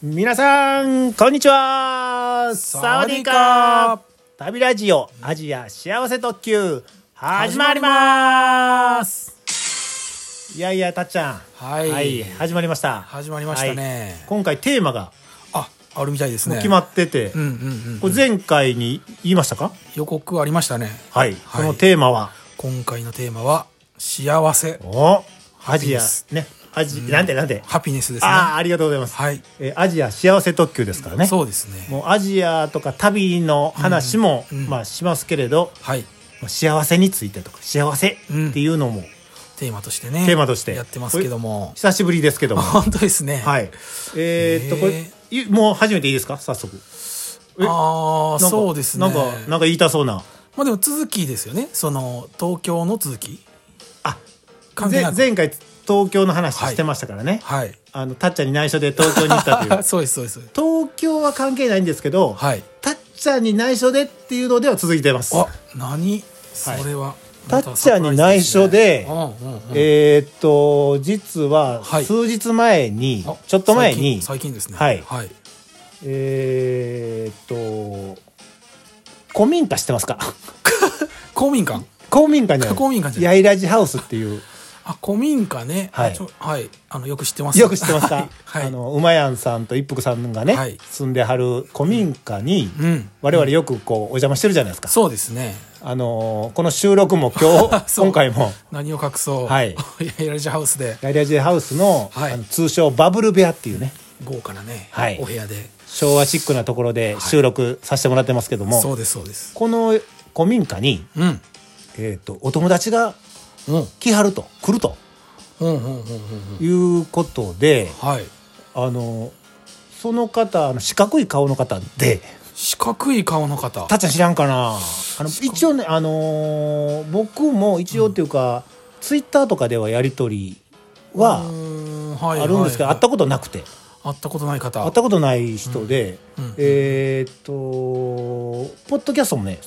皆さんこんにちはサワディーカー旅ラジオアジア幸せ特急始まりますいやいやたっちゃんはい始まりました始まりましたねはい今回テーマがああるみたいですね決まってて、うんうんうんこれ前回に言いましたか予告ありましたねはい、はこいのテーマは今回のテーマは幸せおアジアハピネスねアジ、なんでなんで、ハピネスですねああありがとうございます、はいえーアジア幸せ特急ですからねそうですねもうアジアとか旅の話も、うんうんまあ、しますけれど、はいまあ幸せについてとか幸せっていうのもテーマとしてねテーマとしてやってますけども久しぶりですけども本当ですねはいいえーっとこれねいもう初めていいですか早速えなああんかそうですねなんかなんか言いたそうなまあでも続きですよねその東京の続きあ関係ぜなく前回東京の話してましたからね、はいあのたっちゃんに内緒で東京に行ったという そうですそうです 東京は関係ないんですけど、はいたっちゃんに内緒でっていうのでは続いてますあ何それはたっちゃんに内緒でうんうんうんえーっと実ははい数日前に、あちょっと前に最近最近ですねはいはいえーっと古民家知ってます か公民館公民館じゃない公民館じゃ八な重ラジハウスっていうあ古民家ねはいあちょはいあのよく知ってますよく知ってますかはいあの馬やんさんと一服さんがね、はい住んではる古民家に、うん我々よくこうお邪魔してるじゃないですか、そうですねあのーこの収録も今日 そう今回も何を隠そうはい やらじハウスで八重ラジハウスの,、はいあの通称バブル部屋っていうね豪華なねはいお部屋で昭和シックなところで収録させてもらってますけども、そうですそうですこの古民家に、うんえーっとお友達がうん来はると来るとうんうんうんうんうんいうことではいあのその方あの四角い顔の方で四角い顔の方たっちゃん知らんかなあの一応ねあのー僕も一応っていうか、ツイッターとかではやり取りうーはんはいあるんですけど、はい会ったことなくて会ったことない方会ったことない人で、うんうんえーっとポッドキャストもね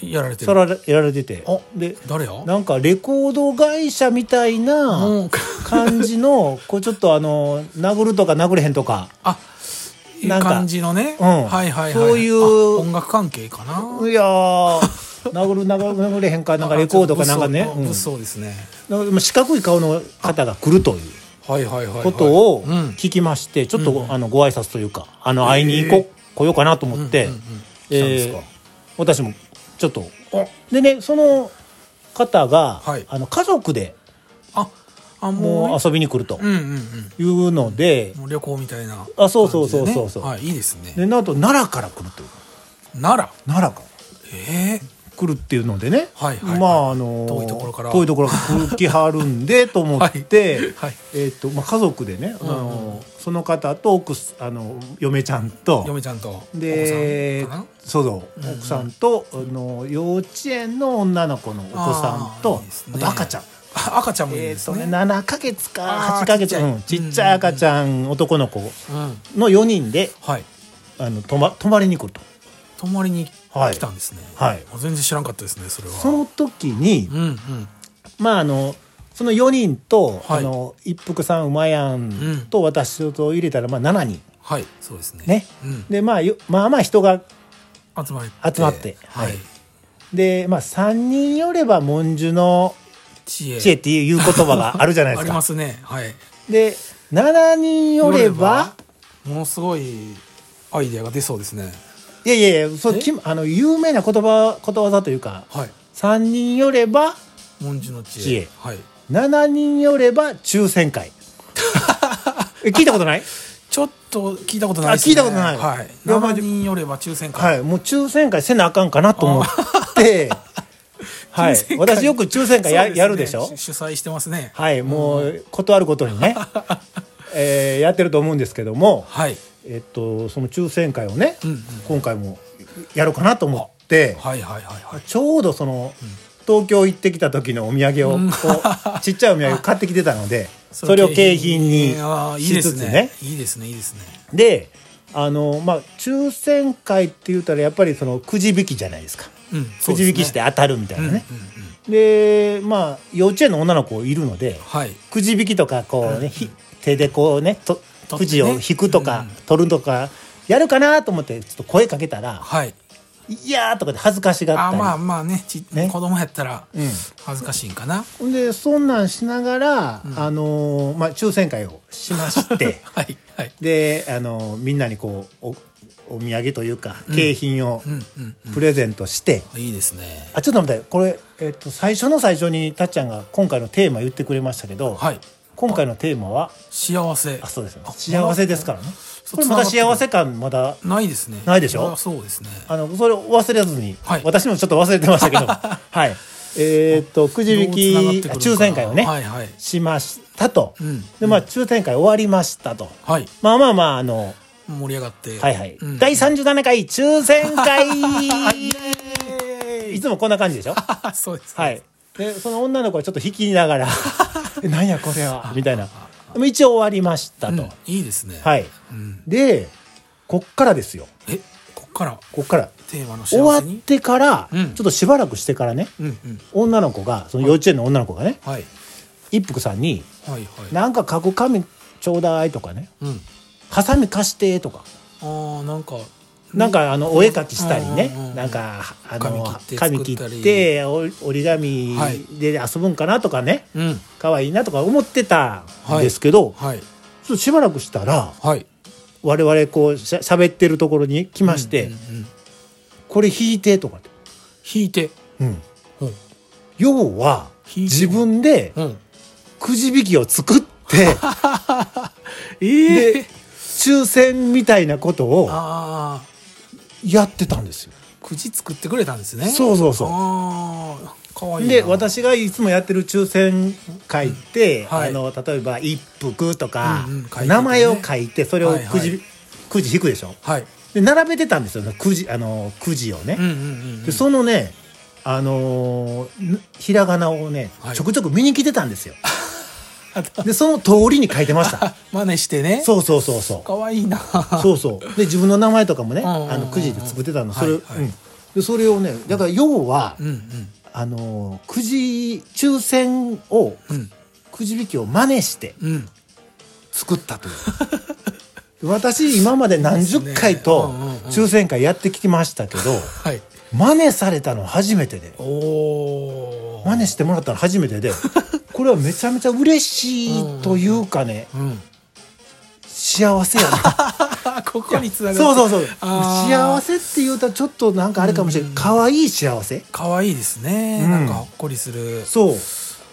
やられてそるられやられててあで誰やなんかレコード会社みたいな、うん 感じのこうちょっとあの殴るとか殴れへんとかあいいなんか感じのね、うんはいはいはいそういうあ音楽関係かないやー殴る殴る殴れへんかなんかレコードかなんかね、あちょっとうん物騒物騒ですね、なんかでも四角い顔の方が来るというはいはいはいはいことをうん聞きましてちょっと、うんうんあのご挨拶というかあの会いに行こ、へー来ようかなと思って、うんうんうんえ来ーたんで私もちょっとすかでねその方が、はいあの家族でああももうう遊びに来るとうんうんうんいうので、もう旅行みたいなあそうそうそうそうそう感じでねはいいいですねでなんと奈良から来るという奈奈良から。良ええ来るっていうのでね、はいはいはいまああの遠いところから遠いところから来きはるん でと思って、はいはいえーっとまあ、家族でね、あうんのその方と奥すあの嫁ちゃんと嫁ちゃんとお子さんでかなそうそう、奥さんとあの幼稚園の女の子のお子さんあとーいいですあねと赤ちゃん。あ赤ちゃんもいいえでーっすとね、ね,、 7ヶ月かあー8ヶ月ちっちゃいうんちっちゃい赤ちゃん男の子うんの4人ではいあの泊ま泊まりに来ると、泊まりにはい来たんですね、はいあ全然知らんかったですねそれはその時に、うんうんまああのその4人と、はいあの一服さん馬やんんと私と入れたらまあ7人はいそうですねね、うん、でまあよまあまあ人が集まって集まってはい、はいでまあ3人よれば文殊の知恵知恵っていう言葉があるじゃないです ありかますねはいで7人よればものすごいアイデアが出そうですねいやいやいやそうえきあの有名な言葉ことわざというかはい3人よれば文殊の知恵知恵はい、 7人よれば抽選 会え聞いたことないちょっと聞いたことないです、ね、あ聞いたことないはい、いやまあ7人よれば抽選は会、い、もう抽選会せなあかんかなと思 って、はい抽選、会私よく抽選会や,、そうすねやるでしょ主主催してますねはい、もう断ることにね、えーやってると思うんですけども、はいえっと、その抽選会をね、うんうん今回もやろうかなと思って、はいはいはいはいちょうどその、東京行ってきた時のお土産を、こう ちっちゃいお土産を買ってきてたの で、それを景品にあーいいしでつすつねね。いいですねいいですねで、あの、まあ、抽選会って言ったらやっぱりそのくじ引きじゃないですか。うんくじ引きしてあ当たるみたいなねね、、うんうんうんでまあ幼稚園の女の子いるのではいくじ引きとかこうね、ひ手でこうねと取ってくじねを引くとか、取るとかやるかなと思ってちょっと声かけたらはい「いや」とかで恥ずかしがったありまあまあねちね子供やったらうん恥ずかしいんかな、ほんでそんなんしながら、あのーまあ、抽選会をしまして はいはいで、あのーみんなにこうおお土産というか景品をうんうんプレゼントして、いいですねあちょっと待ってこれ、えっと最初の最初にたっちゃんが今回のテーマ言ってくれましたけど、はい今回のテーマは幸せあそうですねあ幸せですからねそうこれまたつなが幸ってせ感まだるないですねないでしょこれはそうですねあのそれを忘れずに、はい私もちょっと忘れてましたけ どはいえーっとくじ引きどう繋がってくるのか抽選会をね、はいはいしましたと、うんでまあ抽選会終わりましたと、はいまあまあまああの盛り上がってはいはい、うん第37回抽選会いいつもこんな感じでしょ あそうですはい。で、その女の子はちょっと引きな がら、えなんやこれは、 みたいな。でも一応終わりましたうんと。いいですねはい。うんで、こっからですよ。えこっからこっから。テーマの終わ幸っせにてから、うんちょっとしばらくしてからね、うんうん女の子が、その幼稚園の女の子がね、はい一服さんに、はいはいなんか書く紙ちょうだいとかね、うんハサミ貸してとか、あーなんかなんかあのお絵描きしたりねうんうんうんなんかあの紙紙切切っってて折り紙はいで遊ぶんかなとかね、うん可愛いなとか思ってたんですけど、はいちょっとしばらくしたらはい我々こうしゃ喋ってるところに来まして「うんうんうんこれ弾いて」とかって、引いてうん、うん要は弾いて自分でうんくじ引きを作って ええ抽選みたいなことをああやってたんですよ。くじ作ってくれたんですねそうそうそうああかわいいなで私がいつもやってる抽選会って、うんはいあの例えば「一服」とか、うんうん書いてね名前を書いてそれをくじ、はいはいくじ引くでしょはいで並べてたんですよねくじあのくじをね。うんうんうんでそのね、あのーぬひらがなをね、はいちょくちょく見に来てたん ですよ。で、その通りに書いてました。真似してねそうそうそうそう。かわいいなそうそう。で、自分の名前とかもね、うんうんうんうんあの、くじで作ってたの。それ、はいはいうんで、それをね、だから要は、うんうんあのーくじ、抽選を、うんくじ引きを真似してうん作ったという。で私、今まで何十回とうんうんうん、抽選会やってきましたけど、はい真似されたの初めてで。おお真似してもらったの初めて でこれはめちゃめちゃ嬉しいというかねうん幸せやな あここにつながるそうそうそうあー幸せって言うとちょっとなんかあれかもしれない可愛い幸せかわいいですね、うんなんかほっこりするそう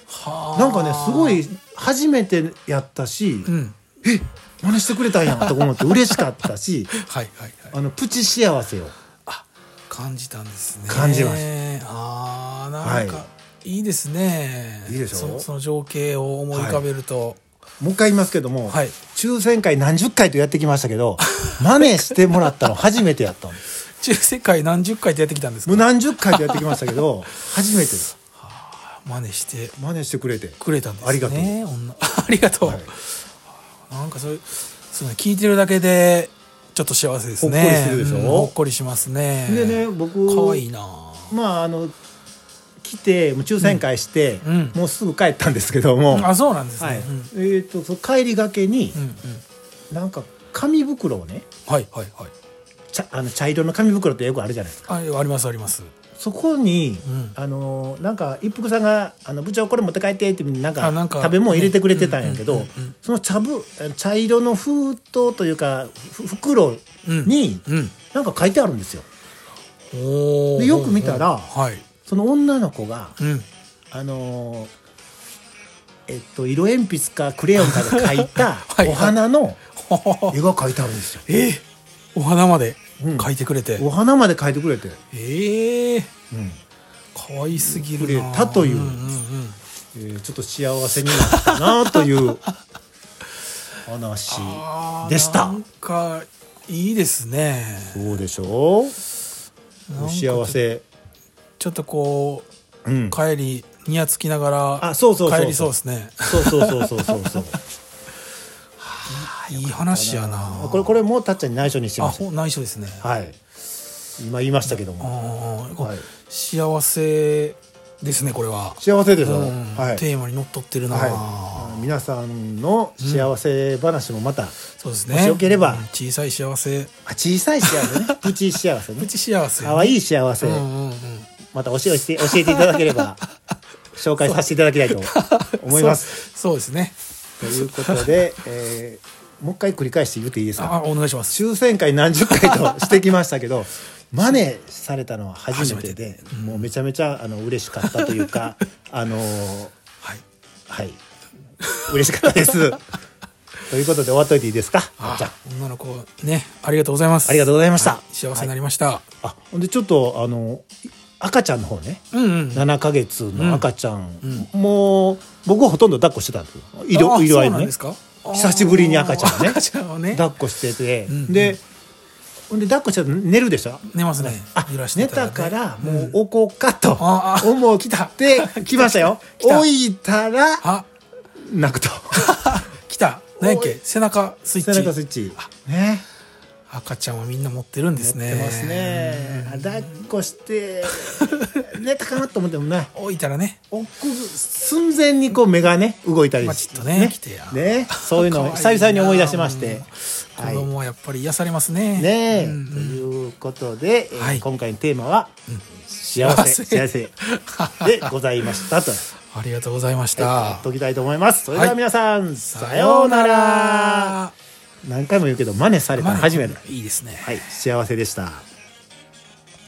はあなんかねすごい初めてやったしうんえ真似してくれたんやんと思って嬉しかった しはいはいはいあのプチ幸せをあ感じたんですね感じましあーなんか、、はいいですねいいでしょそその情景を思い浮かべるともう一回言いますけども、はい抽選会何十回とやってきましたけ ど真似してもらったの初めてやったんです中世界何十回ってやってきたんですもうか何十回とやってきましたけど初めてです真似して真似してくれてくれたんですねありがとう女 ありがとう、はいなんかそういうそうね聞いてるだけでちょっと幸せですねほっこりするでしょうんほっこりしますねでね僕かわいいなまああの来てもう抽選会して、うんうんもうすぐ帰ったんですけども、はあそうなんですね、いうんえー、とその帰りがけに、うんうん、なんか紙袋をねはいはいはい茶あの茶色の紙袋ってよくあるじゃないですかあありますありますそこに、うんあのなんか一服さんが「あの部長これ持って帰って」ってなんかあなんか食べ物入れてくれてたんやけうんうどんうんうんその茶ぶ茶色の封筒というかふ袋に、うんなんか書いてあるんですよ。おーでよく見たらほうほうはいその女の子が うんあのーえっと色鉛筆かクレヨンかで描いた はいお花のははは絵が描いてあるんですよ。えーお花までうん描いてくれて、お花まで描いてくれて、ええうん可愛すぎるなくれたというんんえーちょっと幸せになったなという話うんでしたなんかいいですねそうでしょなんうか幸せ、ちょっとこう、うん帰りにやつきながらあそうそうそう帰りそうですねそうそうそうそうそう そういい話やなこれこれもうたっちゃんに内緒にしてあましほ内緒ですねたはい今言いましたけどもあーはい幸せですねこれは、幸せですよ、うんはい、テーマにのっとってるな、はい、皆さんの幸せ話もまた、そうですねもしよければうん小さい幸せあ小さい幸せ ねプチ幸せプねチ幸せ可愛い幸せ、うんうんうんまた教えて 教えていただければ紹介させていただきたいと思います。そう そうですということで、えーもう一回繰り返して言っていいですねかあお願いします抽選会何十回としてきましたけ どマネされたのは初めてで初めてうんもうめちゃめちゃあの嬉しかったという かあのーはいはい嬉しかったです。ということで終わっといていいですかあじゃあ女の子ねありがとうございますありがとうございましたは幸せになりました、あほんでちょっとあのい赤ちゃんの方ねうんうん7ヶ月の赤ちゃん、うもう僕はほとんど抱っこしてたんですよ医療あ医療そ愛うのなんねですか久しぶりに赤ちゃんをねあー赤ちゃんをね抱っこしてて、んうんでほんで抱っこしてたら寝るでしょ寝ますねあ揺らして寝たらたねからもうおこうかとああ思って 来た来ましたよ来た置いたらあ泣くと来た何やっけ背中スイッ背チ中スイッチね赤ちゃんはみんな持ってるんですねやってますね抱っこして 寝たかなと思ってもね置いたらね置く寸前にこう目がね動いたりまあしちょっとね来てやねそういうのを可愛いな久々に思い出しまして子はい供はやっぱり癒されますねねえ、うん うんということで、えーはい今回のテーマは、幸せ幸せ幸せでございました とありがとうございまし言たっときたいと思いますそれでははい皆さん、さようなら何回も言うけど真似されたの初めていいですねはい幸せでした